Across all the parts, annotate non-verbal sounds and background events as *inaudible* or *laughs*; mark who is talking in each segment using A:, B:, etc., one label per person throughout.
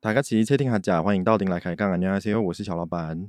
A: 大家其实窃听哈假，欢迎到丁来开杠啊！你好，C O，我是小老板。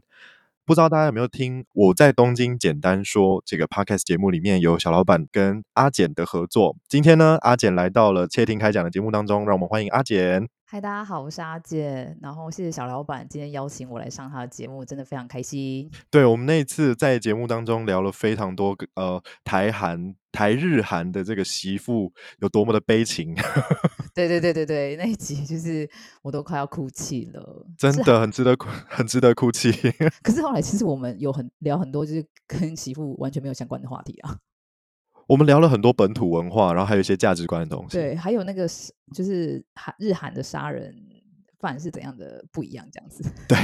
A: 不知道大家有没有听？我在东京简单说这个 podcast 节目里面有小老板跟阿简的合作。今天呢，阿简来到了窃听开讲的节目当中，让我们欢迎阿简。
B: 嗨，大家好，我是阿健，然后谢谢小老板今天邀请我来上他的节目，真的非常开心。
A: 对我们那一次在节目当中聊了非常多个呃台韩、台日韩的这个媳妇有多么的悲情， *laughs*
B: 对对对对对，那一集 *laughs* 就是我都快要哭泣了，
A: 真
B: 是。
A: 的很值得哭， *laughs* 很值得哭泣。 *laughs*
B: 可是后来其实我们有很聊很多就是跟媳妇完全没有相关的话题啊，
A: 我们聊了很多本土文化，然后还有一些价值观的东西。
B: 对，还有那个是就是韩日韩的杀人犯是怎样的不一样这样子。
A: 对，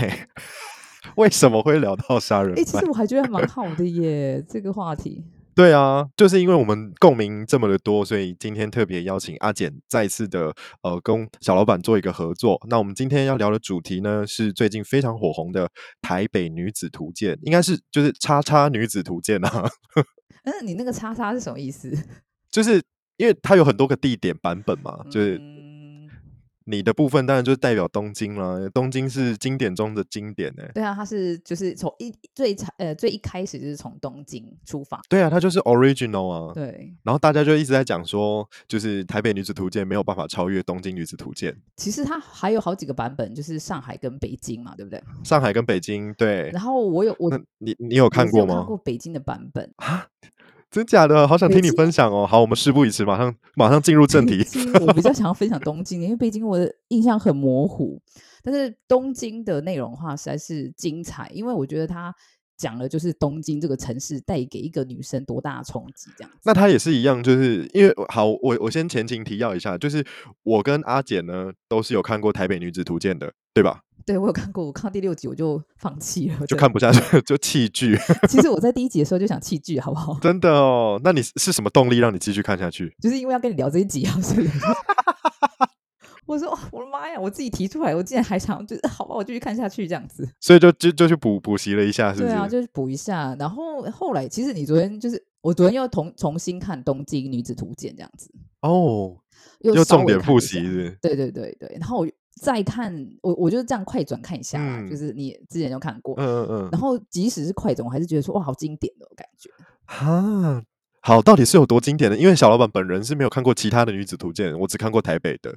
A: 为什么会聊到杀人
B: 诶，其
A: 犯？
B: 实我还觉得蛮好的耶，这个话题。
A: 对啊，就是因为我们共鸣这么的多，所以今天特别邀请阿简再次的呃跟小老板做一个合作。那我们今天要聊的主题呢，是最近非常火红的《台北女子图鉴》，应该是就是“叉叉女子图鉴”啊， *laughs*
B: 嗯，你那个叉叉是什么意思？
A: 就是因为它有很多个地点版本嘛，就是
B: 嗯，
A: 你的部分当然就代表东京啦，东京是经典中的经典欸呢、
B: 对啊，他是就是从一最才呃最一开始就是从东京出发，
A: 对啊，它就是 original 啊。
B: 对，
A: 然后大家就一直在讲说，就是台北女子图鉴没有办法超越东京女子图鉴，
B: 其实它还有好几个版本，就是上海跟北京嘛，对不对？
A: 上海跟北京。对，
B: 然后我有我
A: 那你你有
B: 我
A: 看
B: 是有
A: 过吗？
B: 看过北京的版本，
A: 真假的，好想
B: 北
A: 听你
B: 京
A: 分享哦。好，我们事不宜迟，马上马上进入正
B: 北
A: 题。
B: *laughs* 京我比较想要分享东京，因为北京我的印象很模糊，但是东京的内容的话实在是精彩，因为我觉得它讲的就是东京这个城市带给一个女生多大的冲击，这样子。
A: 那他也是一样，就是因为好，我我先前情提要一下，就是我跟阿简呢都是有看过《台北女子图鉴》的，对吧？
B: 对我有看过，我看到第六集我就放弃了，
A: 就
B: 对
A: 看。不下去， *laughs* 就弃剧，
B: 其实我在第一集的时候就想弃剧，好不好？
A: 真的哦。那你是是什么动力让你继续看下去？
B: 就是因为要跟你聊这一集啊，所以我 *laughs* 就我说、哦、我的妈呀，我自己提出来，我竟然还想就是好吧，我继续看下去这样子。
A: 所以就就就去补补习了一下，是不
B: 对
A: 是？
B: 啊，就是补一下。然后后来其实你昨天就是我昨天又重重新看《东京女子图鉴》这样子，
A: 哦，
B: 又
A: 又
B: 稍
A: 重
B: 微
A: 点
B: 看
A: 复
B: 一
A: 习
B: 下
A: 是不是。
B: 对对对对，然后我再看我我就这样快转看一下啦，
A: 嗯
B: 就是你之前就看过。
A: 嗯嗯嗯。
B: 然后即使是快转，我还是觉得说哇，好经典的感觉。
A: 哈，好，到底是有多经典的？因为小老板本人是没有看过其他的《女子图鉴》，我只看过台北的，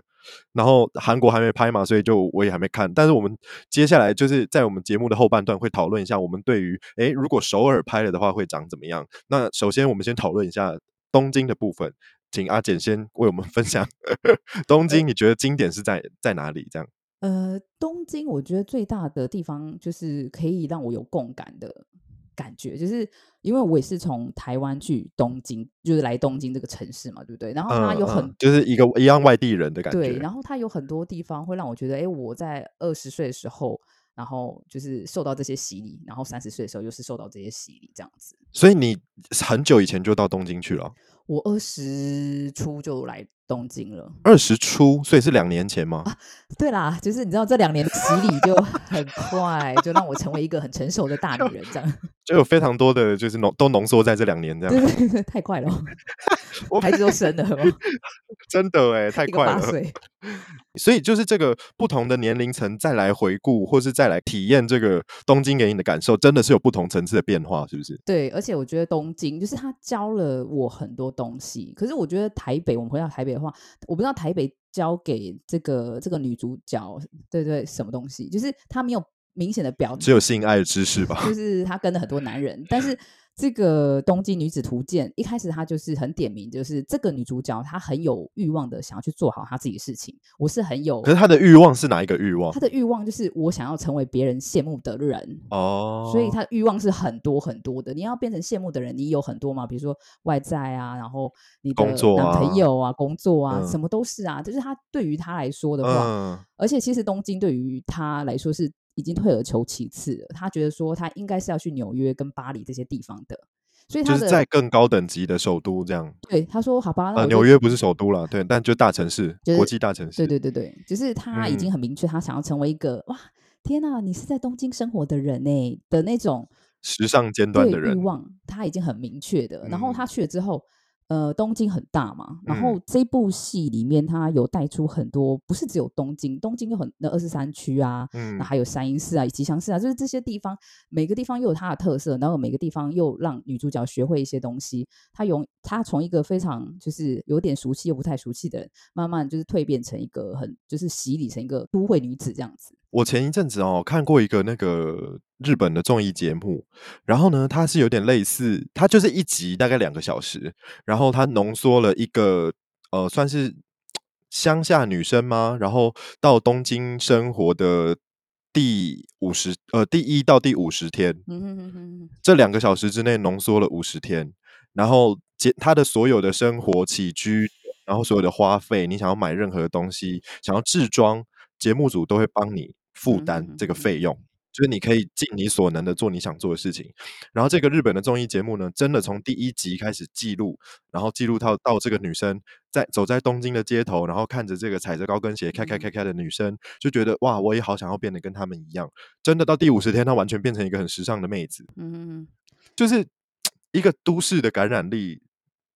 A: 然后韩国还没拍嘛，所以就我也还没看。但是我们接下来就是在我们节目的后半段会讨论一下，我们对于诶如果首尔拍了的话会长怎么样？那首先我们先讨论一下东京的部分，请阿简先为我们 *laughs* 分享东
B: 哎
A: 京，你觉得经典是在在哪里？这样
B: 呃，东京我觉得最大的地方就是可以让我有共感的感觉，就是因为我也是从台湾去东京，就是来东京这个城市嘛，对不对？然后它啊有很、
A: 就是一个一样外地人的嗯感
B: 对，
A: 觉。
B: 然后它有很多地方会让我觉得，哎，我在二十岁的时候，然后就是受到这些洗礼，然后三十岁的时候又是受到这些洗礼，这样子。
A: 所以你很久以前就到东京去了，哦
B: 我二十出就来东京了，
A: 二十出，所以是两年前吗？
B: 啊对啦，就是你知道这两年的洗礼就很快，就让我成为一个很成熟的大女人，这样。
A: 就有非常多的，就是浓都浓缩在这两年这
B: 对
A: 样。，
B: 对对，太快了哦
A: 我
B: 孩子都生了，有没有
A: *laughs* 真的哎，太
B: *laughs* 一个
A: 快
B: 八
A: 了。
B: 岁。
A: 所以就是这个不同的年龄层再来回顾，或是再来体验这个东京给你的感受，真的是有不同层次的变化，是不是？
B: 对，而且我觉得东京就是他教了我很多东西，可是我觉得台北，我们回到台北的话，我不知道台北教给这个这个女主角，对对，什么东西，就是她没有明显的表
A: 只有性爱的知识吧。 *laughs*
B: 就是她跟了很多男人，但是这个《东京女子图鉴》一开始她就是很点名，就是这个女主角她很有欲望的想要去做好她自己的事情，我是很有
A: 可是他的欲望是哪一个欲望
B: 她？的欲望，就是我想要成为别人羡慕的人，
A: 哦，
B: 所以他欲望是很多很多的。你要变成羡慕的人，你有很多嘛，比如说外在啊，然后你的
A: 工作
B: 男
A: 啊
B: 朋友啊、工作啊，
A: 嗯
B: 什么都是啊。就是他对于他来说的话，
A: 嗯，
B: 而且其实东京对于他来说是已经退而求其次了。他觉得说他应该是要去纽约跟巴黎这些地方的，所以
A: 就
B: 他
A: 是
B: 的
A: 在更高等级的首都这样。
B: 对他说好吧，那
A: 呃，
B: 啊我就
A: 纽约不是首都啦，对，但就大城市，
B: 就是
A: 国际大城市。
B: 对对对对，就是他已
A: 嗯
B: 经很明确，他想要成为一个哇。天呐，你是在东京生活的人呢、的那种
A: 时尚尖端
B: 对
A: 的
B: 欲
A: 人，
B: 望，他已经很明确的。然后
A: 嗯
B: 他去了之后，呃，东京很大嘛，然后这部戏里面它有带出很多，不是只有东京，东京有很那二十三区啊，
A: 嗯
B: 那还有三英市啊、吉祥市啊，就是这些地方，每个地方又有它的特色，然后每个地方又让女主角学会一些东西。她用她从一个非常就是有点熟悉又不太熟悉的人，慢慢就是蜕变成一个很就是洗礼成一个都会女子这样子。
A: 我前一阵子哦看过一个那个日本的综艺节目，然后呢，它是有点类似，它就是一集大概两个小时，然后它浓缩了一个呃，算是乡下女生吗？然后到东京生活的第五十呃第一到第五十天，
B: 嗯哼哼哼
A: 这两个小时之内浓缩了五十天，然后结他的所有的生活起居，然后所有的花费，你想要买任何东西，想要置装，节目组都会帮你负
B: 嗯
A: 担
B: 嗯
A: 这个
B: 嗯
A: 费用。就是你可以尽你所能的做你想做的事情，然后这个日本的综艺节目呢，真的从第一集开始记录，然后记录到到这个女生在走在东京的街头，然后看着这个踩着高跟鞋开
B: 嗯
A: 开开开的女生，就觉得哇，我也好想要变得跟她们一样。真的到第五十天，她完全变成一个很时尚的妹子，
B: 嗯哼哼，
A: 就是一个都市的感染力，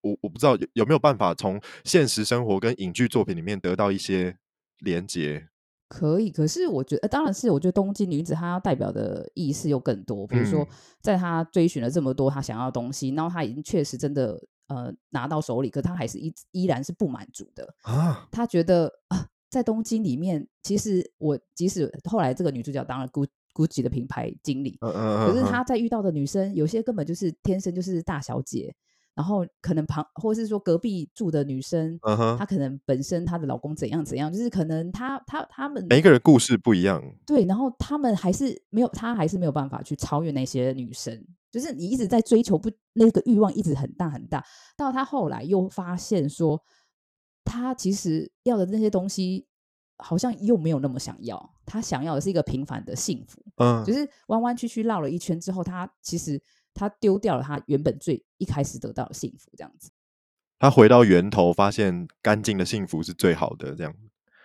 A: 我我不知道有有没有办法从现实生活跟影剧作品里面得到一些连接。
B: 可以，可是我觉得，呃当然是我觉得东京女子她要代表的意思又更多。比如说
A: 嗯，
B: 在她追寻了这么多她想要的东西，然后她已经确实真的呃拿到手里，可她还是依依然是不满足的。
A: 啊，
B: 她觉得啊，在东京里面，其实我即使后来这个女主角当了 Gu Gucci 的品牌经理，
A: *laughs* 嗯嗯嗯，
B: 可是
A: 嗯
B: 她在遇到的女生，有些根本就是天生就是大小姐，然后可能旁或是说隔壁住的女生。
A: 嗯
B: 她
A: 哼，
B: 可能本身她的老公怎样怎样，就是可能她她她们
A: 每一个人故事不一样。
B: 对，然后他们还是没有，他还是没有办法去超越那些女生，就是你一直在追求不那个欲望一直很大很大，到他后来又发现说，他其实要的那些东西好像又没有那么想要，他想要的是一个平凡的幸福，
A: 嗯，
B: 就是弯弯曲曲绕了一圈之后，他其实他丢掉了他原本最一开始得到的幸福，这样子。
A: 他回到源头，发现干净的幸福是最好的。这样，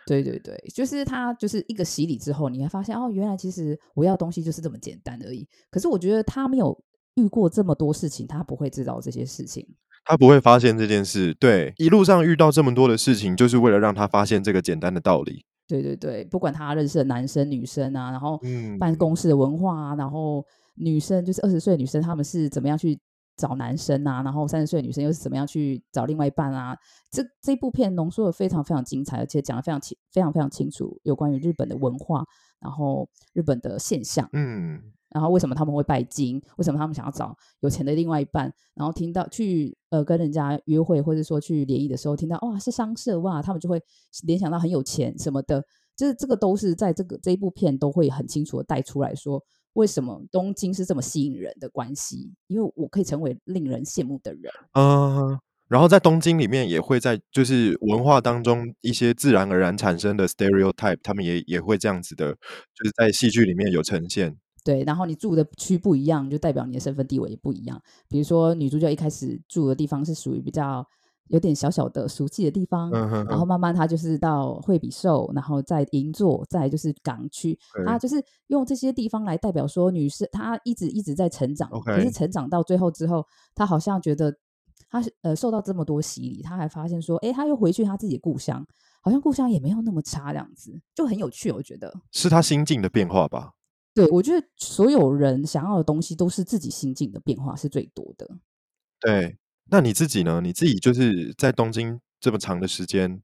B: 对对对，就是他就是一个洗礼之后，你会发现哦，原来其实我要的东西就是这么简单而已。可是我觉得他没有遇过这么多事情，他不会知道这些事情。
A: 他不会发现这件事。对，一路上遇到这么多的事情，就是为了让他发现这个简单的道理。
B: 对对对，不管他认识的男生女生啊，然后
A: 嗯
B: 办公室的文化啊，然后女生就是二十岁的女生她们是怎么样去找男生啊，然后三十岁的女生又是怎么样去找另外一半啊。这这部片浓缩的非常非常精彩，而且讲的非常清非常非常清楚，有关于日本的文化，然后日本的现象。
A: 嗯，
B: 然后为什么他们会拜金？为什么他们想要找有钱的另外一半？然后听到去呃跟人家约会，或者说去联谊的时候，听到哇是商社哇，他们就会联想到很有钱什么的。就是这个都是在这个这一部片都会很清楚的带出来说，为什么东京是这么吸引人的关系？因为我可以成为令人羡慕的人。
A: 嗯，然后在东京里面也会在就是文化当中一些自然而然产生的 stereotype，他们也也会这样子的，就是在戏剧里面有呈现。
B: 对，然后你住的区不一样，就代表你的身份地位也不一样。比如说，女主角一开始住的地方是属于比较有点小小的俗气的地方，
A: 嗯哼
B: 然后慢慢她就是到惠比寿，然后再银座，再就是港区，
A: 嗯
B: 她就是用这些地方来代表说女生她一直一直在成长可
A: OK
B: 是成长到最后之后，她好像觉得她是呃受到这么多洗礼，她还发现说，诶，她又回去她自己的故乡，好像故乡也没有那么差，这样子就很有趣，哦我觉得。
A: 是他心境的变化吧？
B: 对，我觉得所有人想要的东西都是自己心境的变化是最多的。
A: 对，那你自己呢？你自己就是在东京这么长的时间，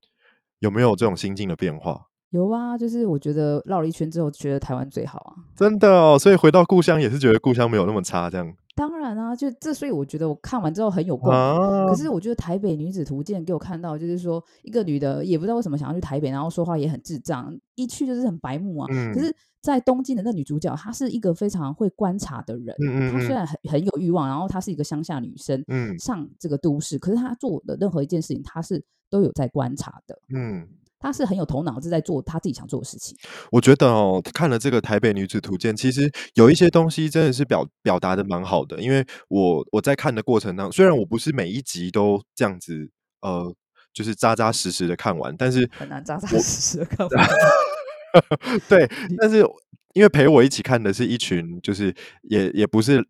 A: 有没有这种心境的变化？
B: 有啊，就是我觉得绕了一圈之后，觉得台湾最好啊。
A: 真的哦，所以回到故乡也是觉得故乡没有那么差，这样
B: 当然啊，就这，所以我觉得我看完之后很有共鸣。
A: 啊
B: 可是我觉得《台北女子图鉴》给我看到，就是说一个女的也不知道为什么想要去台北，然后说话也很智障，一去就是很白目啊。
A: 嗯
B: 可是，在东京的那女主角，她是一个非常会观察的人，
A: 嗯嗯
B: 她虽
A: 嗯
B: 然很很有欲望，然后她是一个乡下女生，
A: 嗯
B: 上这个都市，可是她做的任何一件事情，她是都有在观察的。
A: 嗯，
B: 他是很有头脑，是在做他自己想做的事情。
A: 我觉得哦，看了这个《台北女子图鉴》，其实有一些东西真的是表表达的蛮好的，因为我我在看的过程当中，虽然我不是每一集都这样子，呃，就是扎扎实实的看完，但是
B: 很难扎扎
A: 我
B: 实实的 *laughs* 看
A: 对，但是因为陪我一起看的是一群，就是也也不是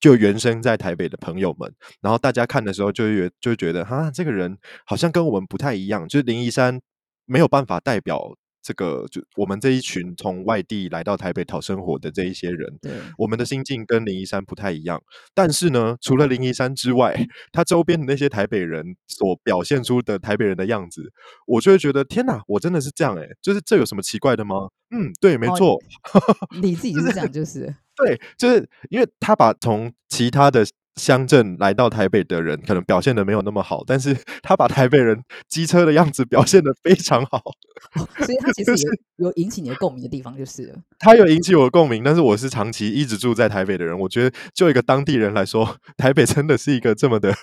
A: 就原生在台北的朋友们，然后大家看的时候就会觉就会觉得啊，这个人好像跟我们不太一样，就是林一山没有办法代表这个就我们这一群从外地来到台北讨生活的这一些人，
B: 对，
A: 我们的心境跟林一山不太一样。但是呢，除了林一山之外，他周边的那些台北人所表现出的台北人的样子，我就会觉得天哪，我真的是这样诶、就是这有什么奇怪的吗？嗯，对，没
B: 哦
A: 错， *laughs*
B: 你自己就是这样，就是
A: 对，就是因为他把从其他的乡镇来到台北的人，可能表现的没有那么好，但是他把台北人机车的样子表现的非常好，
B: 哦所以它其实
A: 就
B: 有有引起你的共鸣的地方，就是了
A: 他有引起我的共鸣。但是我是长期一直住在台北的人，我觉得就一个当地人来说，台北真的是一个这么的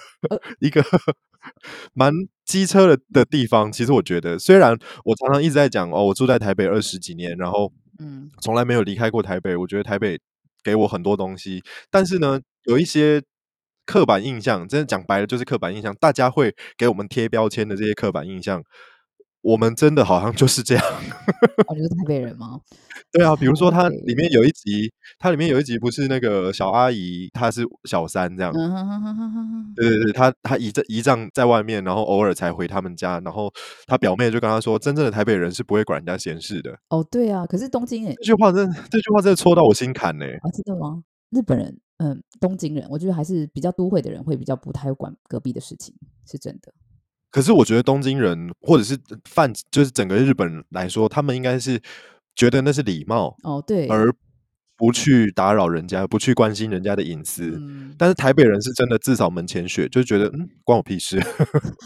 A: 一个蛮机车的的地方。其实我觉得，虽然我常常一直在讲哦，我住在台北二十几年，然后
B: *laughs* 嗯，
A: 从来没有离开过台北。我觉得台北给我很多东西，但是呢，有一些刻板印象，真的讲白了就是刻板印象，大家会给我们贴标签的这些刻板印象，我们真的好像就是这样。
B: 哦，你是台北人吗？
A: 对啊，比如说它
B: 对
A: 里面有一集，它里面有一集不是那个小阿姨，她是小三这样。
B: 嗯哼哼哼哼哼哼，
A: 对对对，她她姨丈姨丈在外面，然后偶尔才回他们家，然后她表妹就跟她说，真正的台北人是不会管人家闲事的。
B: *laughs* 哦，对啊，可是东京人
A: 这句话真的，这句话真的戳到我心坎呢、
B: 啊，真的吗？日本人，嗯，东京人，我觉得还是比较都会的人会比较不太管隔壁的事情，是真的。
A: 可是我觉得东京人或者是泛就是整个日本人来说，他们应该是觉得那是礼貌，
B: 哦，对，
A: 而不去打扰人家，不去关心人家的隐私。
B: 嗯，
A: 但是台北人是真的自扫门前雪，就觉得嗯，关我屁事。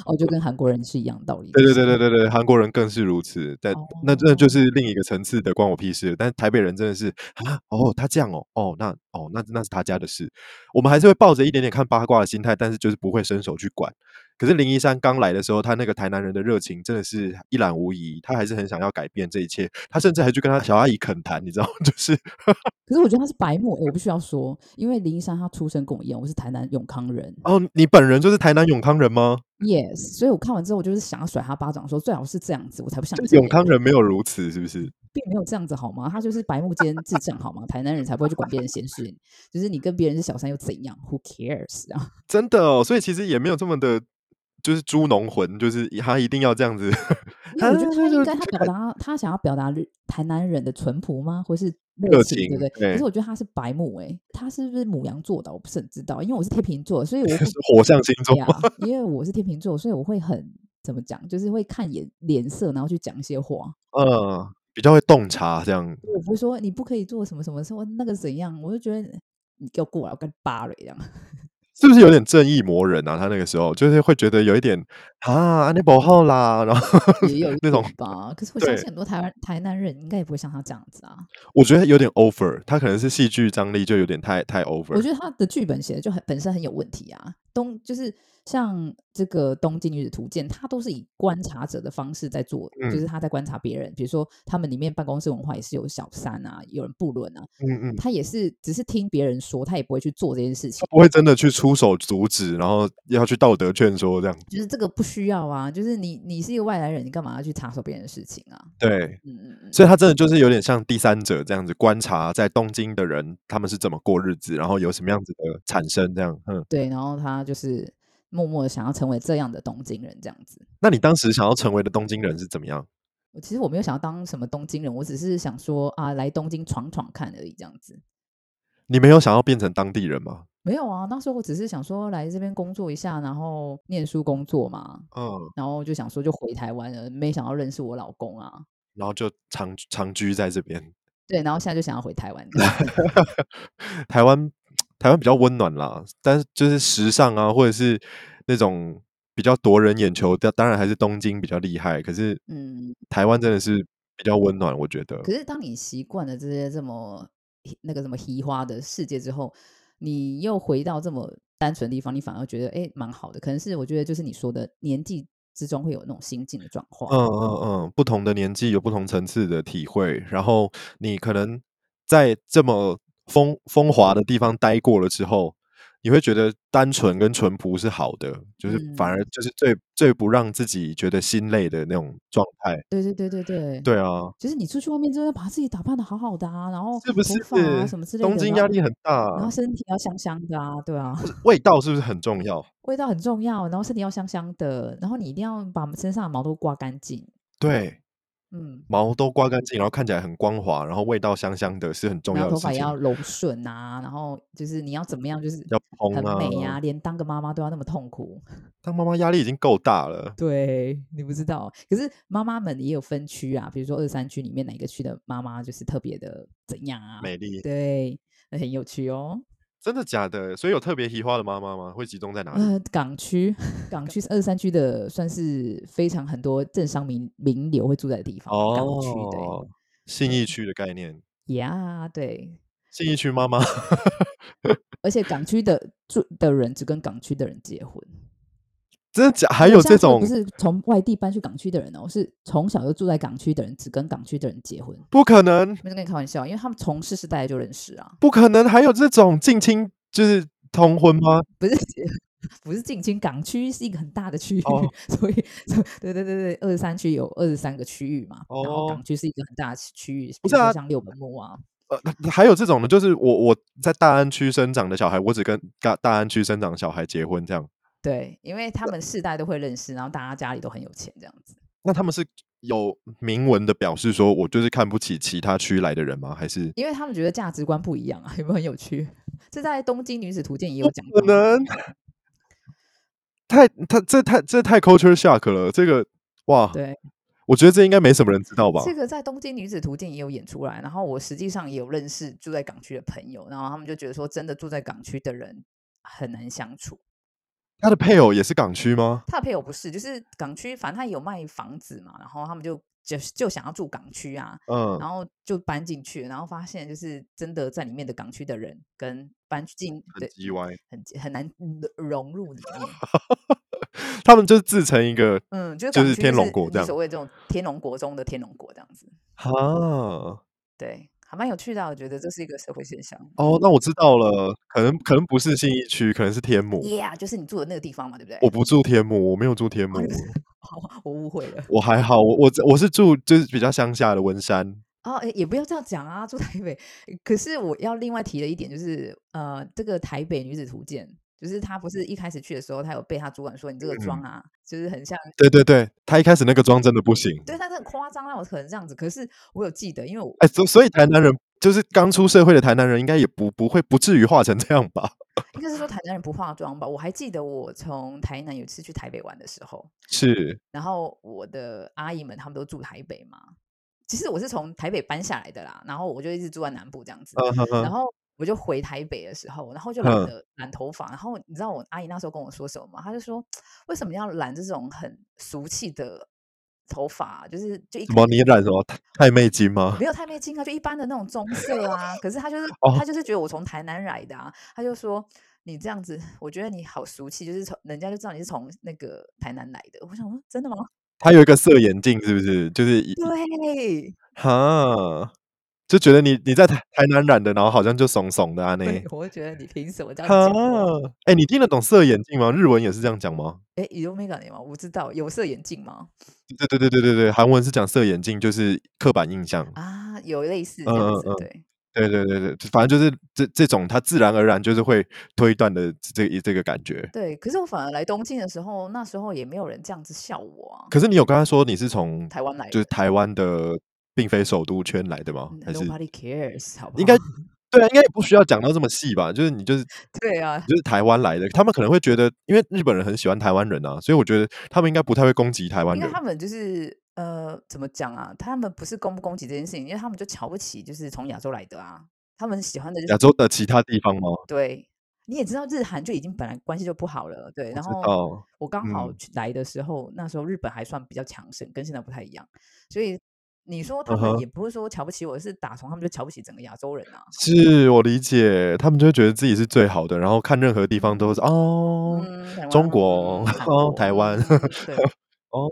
B: 哦，就跟韩国人是一样的道理。
A: 对对对对对对，韩国人更是如此。但那真的就是另一个层次的关我屁事。但是台北人真的是啊，哦，他这样哦，哦，那哦，那那是他家的事。我们还是会抱着一点点看八卦的心态，但是就是不会伸手去管。可是林一山刚来的时候，他那个台南人的热情真的是一览无遗，他还是很想要改变这一切。他甚至还去跟他小阿姨恳谈，你知道吗， *laughs* 就是
B: 可是我觉得他是白目，哎诶我不需要说，因为林一山他出生跟我一样，我是台南永康人
A: 哦，你本人就是台南永康人吗？
B: ，yes，所以我看完之后，我就是想要甩他巴掌，说最好是这样子，我才不像
A: 就
B: 你
A: 是
B: 这
A: 永
B: 样
A: 康人没有如此，是不是？
B: 并没有这样子好吗？他就是白目兼智障好吗？台南人才不会去管别人闲事，就是你跟别人是小三又怎样？Who cares 啊？
A: 真的哦，所以其实也没有这么的，就是猪农魂，就是他一定要这样子。
B: 因为我觉
A: 啊
B: 得他
A: 就是
B: 应该他表达他想要表达日台南人的淳朴吗，或是热
A: 热
B: 情，对
A: 情
B: 不对？
A: 对
B: 可是我觉得他是白目诶、他是不是母羊座的？我不是很知道，因为我是天秤
A: *laughs*
B: 座，所以我会
A: 火象星座
B: 呀，因为我是天秤座，所以我会很怎么讲，就是会看眼脸色，然后去讲一
A: *laughs*
B: 些话。
A: 嗯，比较会洞察这样。
B: 我不会说你不可以做什么什么，说那个怎样，我就觉得你给我过来，我跟你扒了一
A: *laughs*
B: 样。
A: 是不是有点正义魔人啊？他那个时候就是会觉得有一点啊，安尼不好啦。然后
B: 也有一
A: 那
B: 点
A: 种
B: 吧。可是我相
A: 对
B: 信很多台湾台南人应该也不会像他这样子啊。
A: 我觉得有点 over，他可能是戏剧张力就有点太太 over。
B: 我觉得他的剧本写的就很本身很有问题啊。东就是像这个《东京女子图鉴》，它都是以观察者的方式在做，
A: 嗯
B: 就是他在观察别人。比如说，他们里面办公室文化也是有小三啊，有人不伦啊，
A: 嗯嗯，
B: 他也是只是听别人说，他也不会去做这件事情。
A: 不会真的去出手阻止，然后要去道德劝说这样。
B: 就是这个不需要啊，就是你你是一个外来人，你干嘛要去插手别人的事情啊？
A: 对，
B: 嗯嗯嗯。
A: 所以他真的就是有点像第三者这样子观察在东京的人他们是怎么过日子，然后有什么样子的产生这样。嗯，
B: 对，然后他就是默默的想要成为这样的东京人，这样子。
A: 那你当时想要成为的东京人是怎么样？
B: 我其实我没有想要当什么东京人，我只是想说啊，来东京闯闯看而已，这样子。
A: 你没有想要变成当地人吗？
B: 没有啊，那时候我只是想说来这边工作一下，然后念书工作嘛，
A: 嗯，
B: 然后就想说就回台湾了，没想到认识我老公啊，
A: 然后就长长居在这边。 *laughs*
B: 对，然后现在就想要回台湾这样子
A: 台湾台湾比较温暖啦，但是就是时尚啊，或者是那种比较夺人眼球，当当然还是东京比较厉害。可是
B: 嗯，
A: 台湾真的是比较温暖，我觉得
B: 可。是当你习惯了这些这么那个什么奇花的世界之后，你又回到这么单纯的地方，你反而觉得哎蛮好的。可能是我觉得就是你说的年纪之中会有那种心境的转化。
A: 嗯嗯嗯，不同的年纪有不同层次的体会，然后你可能在这么风风华的地方待过了之后，你会觉得单纯跟淳朴是好的，就是
B: 嗯
A: 反而就是最最不让自己觉得心累的那种状态。
B: 对对对对对，
A: 对啊，
B: 就是你出去外面真的把自己打扮的好好的啊，然后
A: 是不
B: 头
A: 是
B: 发啊什么之类的，
A: 东京
B: 然
A: 压
B: 后
A: 力很
B: 然
A: 大
B: 后，身体要香香的啊，对啊，
A: 味道嗯是不是很重要？
B: 味道很重要，然后身体要香香的，然后你一定要把身上的毛都刮干净，
A: 对，
B: 嗯，
A: 毛都刮干净，然后看起来很光滑，然后味道香香的，是很重
B: 然
A: 要的
B: 后头
A: 事
B: 发也
A: 情。
B: 要柔顺啊，然后就是你要怎么样，就是
A: 要蓬
B: 很
A: 啊，
B: 美呀、连当个妈妈都要那么痛苦。 *laughs*
A: 当妈妈压力已经够大了。
B: 对你不知道，可是妈妈们也有分区啊，比如说二三区里面哪一个区的妈妈就是特别的怎样啊？
A: 美丽，
B: 对，那很有趣哦。
A: 真的假的？所以有特别喜花的妈妈吗？会集中在哪里？
B: 呃，港区，港区二三区的算是非常很多政商名名流会住在的地方，港区
A: 哦，信义区的概念，
B: 对，呀、对，
A: 信义区妈 *laughs* 妈
B: 而且港区的住的人只跟港区的人结婚，
A: 真的假？还
B: 还
A: 有这种
B: 不是从外地搬去港区的人哦，是从小就住在港区的人只跟港区的人结婚，
A: 不可能，
B: 没在跟你开玩笑，因为他们从世世代代就认识啊，
A: 不可能，还有这种近亲就是通婚吗？
B: 不是 *laughs* 不是近亲，港区是一个很大的区域，
A: 哦
B: *laughs* 所以所以对对对对，二十三区有二十三个区域嘛，然后
A: 哦
B: 港区是一个很大的区域，
A: 不
B: 比如
A: 是
B: 说
A: 啊
B: 像六本木啊，
A: 呃，还有这种的，就是我我在大安区生长的小孩，我只跟大大安区生长的小孩结婚这样。
B: 对，因为他们世代都会认识，然后大家家里都很有钱，这样子。
A: 那他们是有明文的表示说，我就是看不起其他区来的人吗？还是
B: 因为他们觉得价值观不一样啊， *laughs* 有没有很有趣？这在《东京女子图鉴》也有
A: 不
B: 讲过
A: 可。能？太他这太这太 culture shock 了，这个哇，
B: 对，
A: 我觉得这应该没什么人知道吧？
B: 这个在《东京女子图鉴》也有演出来。然后我实际上也有认识住在港区的朋友，然后他们就觉得说，真的住在港区的人很难相处。
A: 他的配偶也是港区吗？
B: 他的配偶不是，就是港区，反正他也有卖房子嘛，然后他们就就就想要住港区啊，
A: 嗯，
B: 然后就搬进去，然后发现就是真的在里面的港区的人跟搬进
A: 很
B: 对
A: 意外，
B: 很很难融入里面。
A: 他们就是自成一个
B: 嗯，就是
A: 就
B: 港
A: 是
B: 区
A: 天龙国
B: 你
A: 这样
B: 所谓这种天龙国中的天龙国这样子，
A: 啊。
B: 对，还蛮有趣的啊。我觉得这是一个社会现象。
A: 哦，那我知道了，可能可能不是信义区，可能是天母。
B: ，Yeah，就是你住的那个地方嘛，对不对？
A: 我不住天母，我没有住天母
B: 哦，你不是好， *laughs* 我误会了。
A: 我还好，我我我是住就是比较乡下的文山。
B: 哦，诶也不要这样讲啊，住台北。可是我要另外提的一点就是，呃，这个台北女子图鉴，就是她不是一开始去的时候，她有被她主管说你这个
A: 嗯
B: 妆啊，就是很像，
A: 对对对，他一开始那个妆真的不行。
B: 对，她是很夸张啊，我可能这样子。可是我有记得，因为我
A: 哎，所所以台南人就是刚出社会的台南人，应该也不不会不至于化成这样吧？
B: *laughs* 应该是说台南人不化妆吧。我还记得我从台南有一次去台北玩的时候，
A: 是
B: 然后我的阿姨们她们都住台北嘛。其实我是从台北搬下来的啦，然后我就一直住在南部这样子。
A: 嗯哼
B: 然
A: 哼，
B: 后我就回台北的时候，然后就染
A: 嗯
B: 了染头发。然后你知道我阿姨那时候跟我说什么吗？她就说为什么要染这种很俗气的头发？啊就是就一
A: 什
B: 开
A: 么你染什么太太妹金吗？
B: 没有太媚金啊，就一般的那种棕色啊。可是她就是、
A: 哦
B: 她就是觉得我从台南来的啊，她就说。你这样子，我觉得你好俗气，就是从人家就知道你是从那个台南来的。我想说，真的吗？
A: 他有一个色眼镜，是不是？就是一
B: *laughs* 对，
A: 哈，就觉得你你在台台南染的，然后好像就怂怂的啊呢。
B: 对，我会觉得你凭什么这样
A: 哈
B: 讲我？，
A: 哎，你听得懂色眼镜吗？日文也是这样讲吗？
B: 哎，有没感觉吗？我不知道，有色眼镜吗？
A: 对对对对对对，韩文是讲色眼镜，就是刻板印象。
B: 啊，有类似这
A: 嗯
B: 样
A: 嗯
B: 子，
A: 嗯
B: 对，
A: 对对对对，反正就是这这种，它自然而然就是会推断的这这这个感觉。
B: 对，可是我反而来东京的时候，那时候也没有人这样子笑我啊。
A: 可是你有跟他说你是从
B: 台湾来
A: 就是
B: 的、
A: 台湾的，并非首都圈来的吗？
B: 嗯哦
A: 还是
B: ，Nobody cares，好不好？
A: 应该对啊？应该也不需要讲到这么细吧？就是你就是
B: 对啊，
A: 就是台湾来的，他们可能会觉得，因为日本人很喜欢台湾人啊，所以我觉得他们应该不太会攻击台湾
B: 因为
A: 人
B: 他。们就是呃，怎么讲啊？他们不是攻不攻击这件事情，因为他们就瞧不起就是从亚洲来的啊，他们喜欢的就
A: 亚
B: 是
A: 洲的其他地方吗？
B: 对。你也知道，日韩就已经本来关系就不好了，对。
A: 我
B: 然
A: 知
B: 后
A: 道，
B: 我刚好
A: 嗯
B: 去来的时候，那时候日本还算比较强盛，跟现在不太一样。所以你说他
A: 嗯
B: 们
A: 哼
B: 也不是说瞧不起我，是打从他们就瞧不起整个亚洲人啊。
A: 是我理解，他们就会觉得自己是最好的，然后看任何地方都是哦，
B: 嗯，台湾
A: 中国
B: 嗯韩
A: 哦
B: 国
A: 台湾
B: 嗯对，
A: 哦，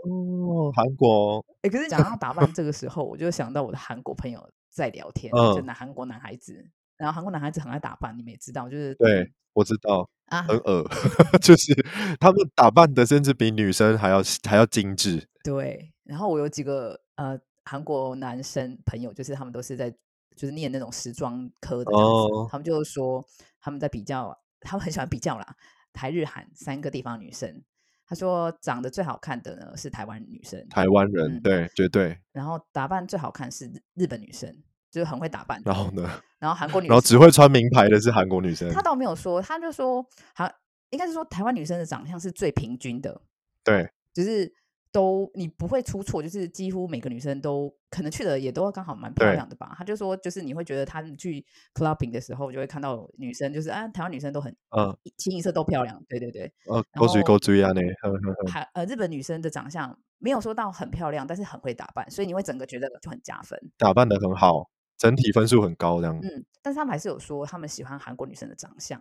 A: 韩国，
B: 哎，可是讲到打扮这个时候，我就想到我的韩国朋友在聊天，就
A: 嗯
B: 男韩国男孩子，然后韩国男孩子很爱打扮，你们也知道，就是
A: 对，我知道，
B: 啊，
A: 很恶， *laughs* 就是他们打扮的甚至比女生还要还要精致。
B: 对。然后我有几个呃韩国男生朋友，就是他们都是在就是念那种时装科的这样子，
A: 哦
B: 他们就说他们在比较，他们很喜欢比较啦，台日韩三个地方女生。他说长得最好看的呢是台湾女生，
A: 台湾人、
B: 嗯
A: 对，绝对。
B: 然后打扮最好看是日日本女生，就是很会打扮。
A: 然后呢，
B: 然后韩国女
A: 然后只会穿名牌的是韩国女生，
B: 他倒没有说，他就说韩应该是说台湾女生的长相是最平均的，
A: 对，
B: 就是都你不会出错，就是几乎每个女生都可能去的也都刚好蛮漂
A: 对
B: 亮的吧。他就说，就是你会觉得他们去 clubbing 的时候，就会看到女生，就是啊，台湾女生都很
A: 嗯
B: 一清一色都漂亮，对对对。
A: 呃，
B: 然
A: 勾追
B: 后
A: 勾追啊，那，嗯嗯嗯
B: 韩呃日本女生的长相没有说到很漂亮，但是很会打扮，所以你会整个觉得就很加分。
A: 打扮的很好，整体分数很高，这样、
B: 嗯，但是他们还是有说他们喜欢韩国女生的长相。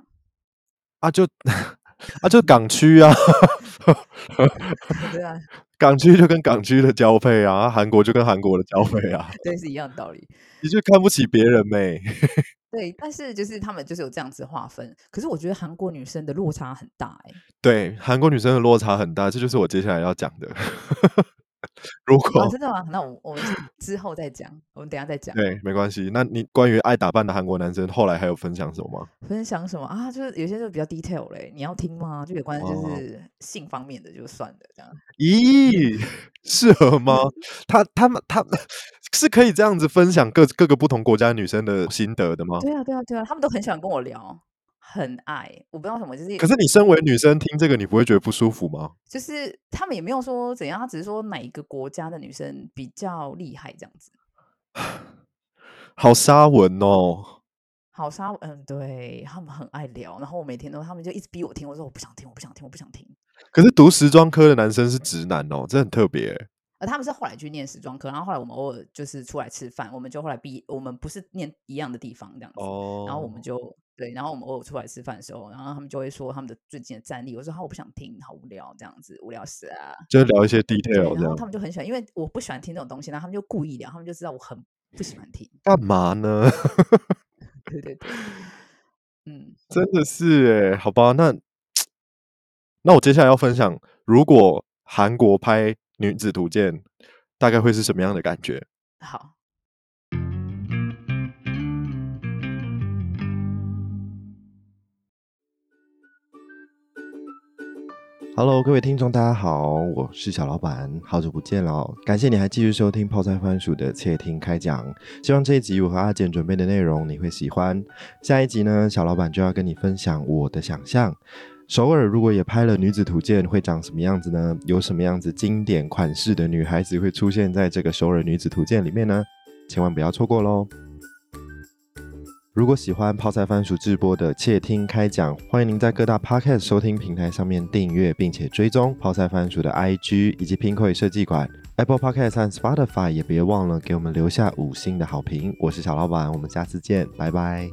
A: 啊就 *laughs* 啊就港区啊，
B: 对啊，
A: 港区就跟港区的交配啊，韩国就跟韩国的交配啊，
B: *laughs* 对，是一样的道理。
A: 你就看不起别人呗、
B: 对，但是就是他们就是有这样子划分，可是我觉得韩国女生的落差很大哎、
A: 对，韩国女生的落差很大，这就是我接下来要讲的。 *laughs* 如果、
B: 啊，真的吗？那我我们
A: *laughs*
B: 之后再讲，我们等一下再讲。
A: 对，没关系。那你关于爱打扮的韩国男生，后来还有分享什么吗？
B: 分享什么啊？就是有些就比较 detail 嘞、你要听吗？就有关就
A: 哦
B: 是性方面的就算了这样。
A: 咦， *laughs* 适合吗？他他们他们是可以这样子分享各各个不同国家女生的心得的吗？
B: 对啊，对啊，对啊，他们都很喜欢跟我聊，很爱，我不知道为什么，就是
A: 可是你身为女生听这个，你不会觉得不舒服吗？
B: 就是他们也没有说怎样，他只是说哪一个国家的女生比较厉害这样子。
A: 好沙文哦，
B: 好沙，嗯，对他们很爱聊，然后我每天都他们就一直逼我听，我说我不想听，我不想听，我不想听。
A: 可是读时装科的男生是直男哦，这很特别欸。
B: 而呃他们是后来去念时装科，然后后来我们偶尔就是出来吃饭，我们就后来毕，我们不是念一样的地方这样子，
A: 哦
B: 然后我们就对，然后我们偶尔出来吃饭的时候，然后他们就会说他们的最近的战力，我说好，我不想听，好无聊这样子，无聊死啊！
A: 就聊一些
B: 对哦
A: detail 这
B: 然后他
A: 样，
B: 们就很喜欢，因为我不喜欢听这种东西，然后他们就故意聊，他们就知道我很不喜欢听，
A: 干嘛呢？
B: 对对对，嗯，
A: 真的是哎，好吧，那那我接下来要分享，如果韩国拍女子图鉴，大概会是什么样的感觉？
B: 好，
C: Hello，各位听众，大家好，我是小老板，好久不见了，感谢你还继续收听泡菜番薯的窃听开讲。希望这一集我和阿简准备的内容你会喜欢。下一集呢，小老板就要跟你分享我的想象。首尔如果也拍了女子图鉴，会长什么样子呢？有什么样子经典款式的女孩子会出现在这个首尔女子图鉴里面呢？千万不要错过喽！如果喜欢泡菜番薯直播的窃听开讲，欢迎您在各大 podcast 收听平台上面订阅，并且追踪泡菜番薯的 IG 以及 Pinkoi 设计馆、Apple Podcast 和 Spotify，也别忘了给我们留下五星的好评。我是小老板，我们下次见，拜拜。